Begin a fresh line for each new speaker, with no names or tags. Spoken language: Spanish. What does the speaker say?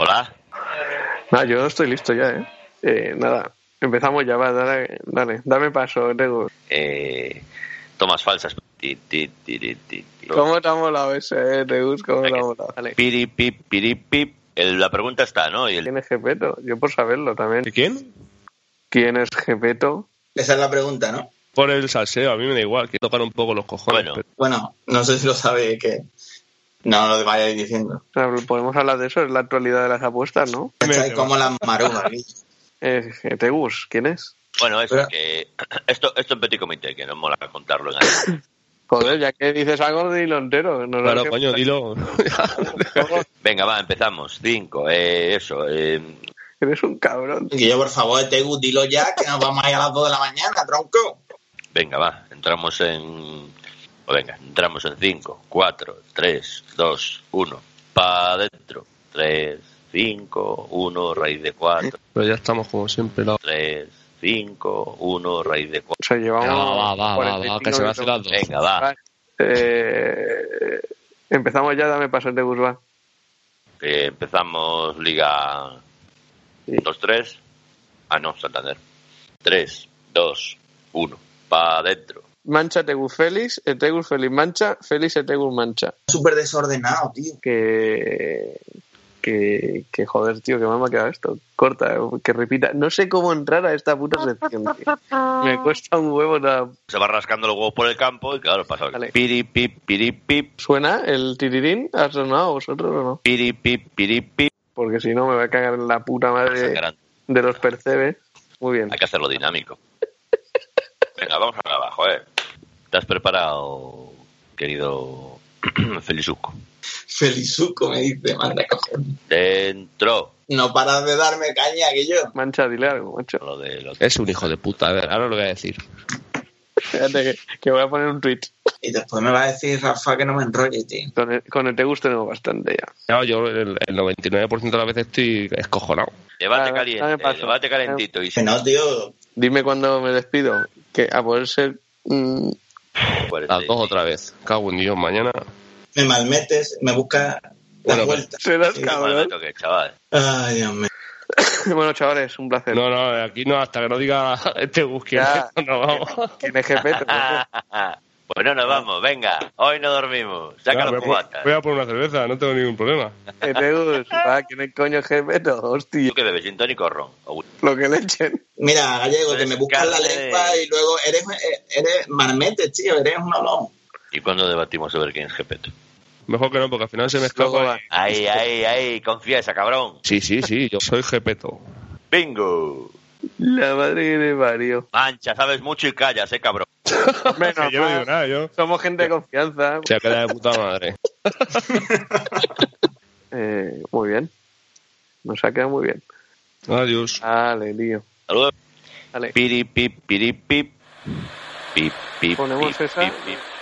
Nada, Ah, yo estoy listo ya, ¿eh? Eh, nada, empezamos ya, va, dale, dale, dame paso, Gregor.
Eh, tomas falsas. Ti, ti, ti, ti, ti.
¿Cómo te ha molado ese, eh, Reus? ¿Cómo te ha
Aquí.
molado? Vale.
Piri, pip, piri, pip. El- la pregunta está, ¿no? Y el-
¿Quién es Gepeto? Yo por saberlo también.
¿De quién?
¿Quién es Gepeto?
Esa es la pregunta, ¿no?
Por el salseo, a mí me da igual, que tocar un poco los cojones.
Bueno.
pero-
Bueno, no sé si lo sabe que... No lo vayáis diciendo.
Podemos hablar de eso, es la actualidad de las apuestas, ¿no?
Estáis
Me-
como las marugas.
Eh, Tegus, ¿quién es?
bueno, es
Espera.
que esto, esto en petit comité, que no mola contarlo. En ahí.
Joder, ya que dices algo de hilontero. no
Claro,
sé-
coño, dilo.
Venga, va, empezamos. Cinco, eh, eso. Eh,
Eres un cabrón.
Y yo, por favor, Tegu, dilo ya, que nos vamos a ir a las 2 de la mañana, tronco.
venga, va, entramos en... o venga, entramos en cinco, cuatro, tres, dos, uno. Pa' adentro. Tres, cinco, uno, raíz de cuatro.
Pero ya estamos como siempre. la-
Tres, cinco, uno, raíz de cuatro.
Se llevamos.
va, va, va,
45
va, que se va a hacer
minutos.
las dos.
Venga, va.
Eh, empezamos ya, dame paso, Tegus, va.
que empezamos Liga 2-3. Ah, no, Santander. 3, 2, 1. Pa' adentro.
Mancha Tegus Félix, Etegus Félix Mancha, Félix Etegus Mancha.
Súper desordenado, tío.
Que, que, que joder, tío, que mal me ha quedado esto. Corta, eh, que repita. No sé cómo entrar a esta puta sección. tío. Me cuesta un huevo. la-
Se va rascando los huevos por el campo y claro, pasa
Vale.
el piripip, piripip,
¿Suena el tirirín? ¿Ha sonado vosotros o no?
piripip, piripip.
Porque si no me va a cagar en la puta madre
Sangrante.
de los percebes. Muy bien.
Hay que hacerlo dinámico. Venga, vamos para abajo, eh. ¿Te has preparado, querido Felizuco?
Felizuco me dice, manda cojones.
Dentro.
No paras de darme caña, que yo.
Mancha, dile algo, macho.
Lo de lo
Es un hijo de puta, a ver, ahora lo voy a decir.
Espérate que, que voy a poner un tweet.
Y después me va a decir Rafa que no me enrolle, tío.
Con el, con el te gusto tenemos bastante ya.
Claro, yo el, el 99% de las veces estoy escojonado.
Debate
Vale, dame
caliente,
paso.
debate calentito. Y
Que
si
no, tío.
Dime cuándo me despido. Que a poder ser. mm,
Las dos otra vez. Cago en Dios, mañana.
Me malmetes, me busca la
Bueno,
vuelta.
serás
Sí.
cabrón.
que chaval.
Ay, Dios mío.
bueno, chavales, un placer.
No, no, aquí no, hasta que no diga este busque.
Ya.
No, vamos.
¿Quién es jefe?
Bueno, Pues nos vamos, venga. Hoy no dormimos. Saca
Claro,
los
voy a-
cubatas.
Voy a por una cerveza, no tengo ningún problema.
Eteus, va, ¿Quién es coño es jefe? No, hostia,
¿Tú que bebes? ¿Gin tónico o ron? O whisky.
lo que le echen.
Mira, Gallego, que
Eres
me buscas la
carne.
lengua y luego eres, eh, eres malmetes, tío. Eres un olón.
¿Y cuándo debatimos sobre quién es Gepeto?
Mejor que no, porque al final se me
Luego
escapa.
va.
Ahí,
y-
ahí, ahí. Confiesa, cabrón.
Sí, sí, sí, yo soy Gepeto.
Bingo.
La madre que le parió.
Mancha, sabes mucho y callas, eh, cabrón.
Menos
yo no digo
mal.
nada, yo.
Somos gente de confianza.
Se ha quedado de puta madre.
Eh, muy bien. Nos ha quedado muy bien.
Adiós.
Vale, tío.
Saludos.
Vale.
Piripip, piripip. Pip, pip,
Ponemos
pip,
esa.
pip, pip.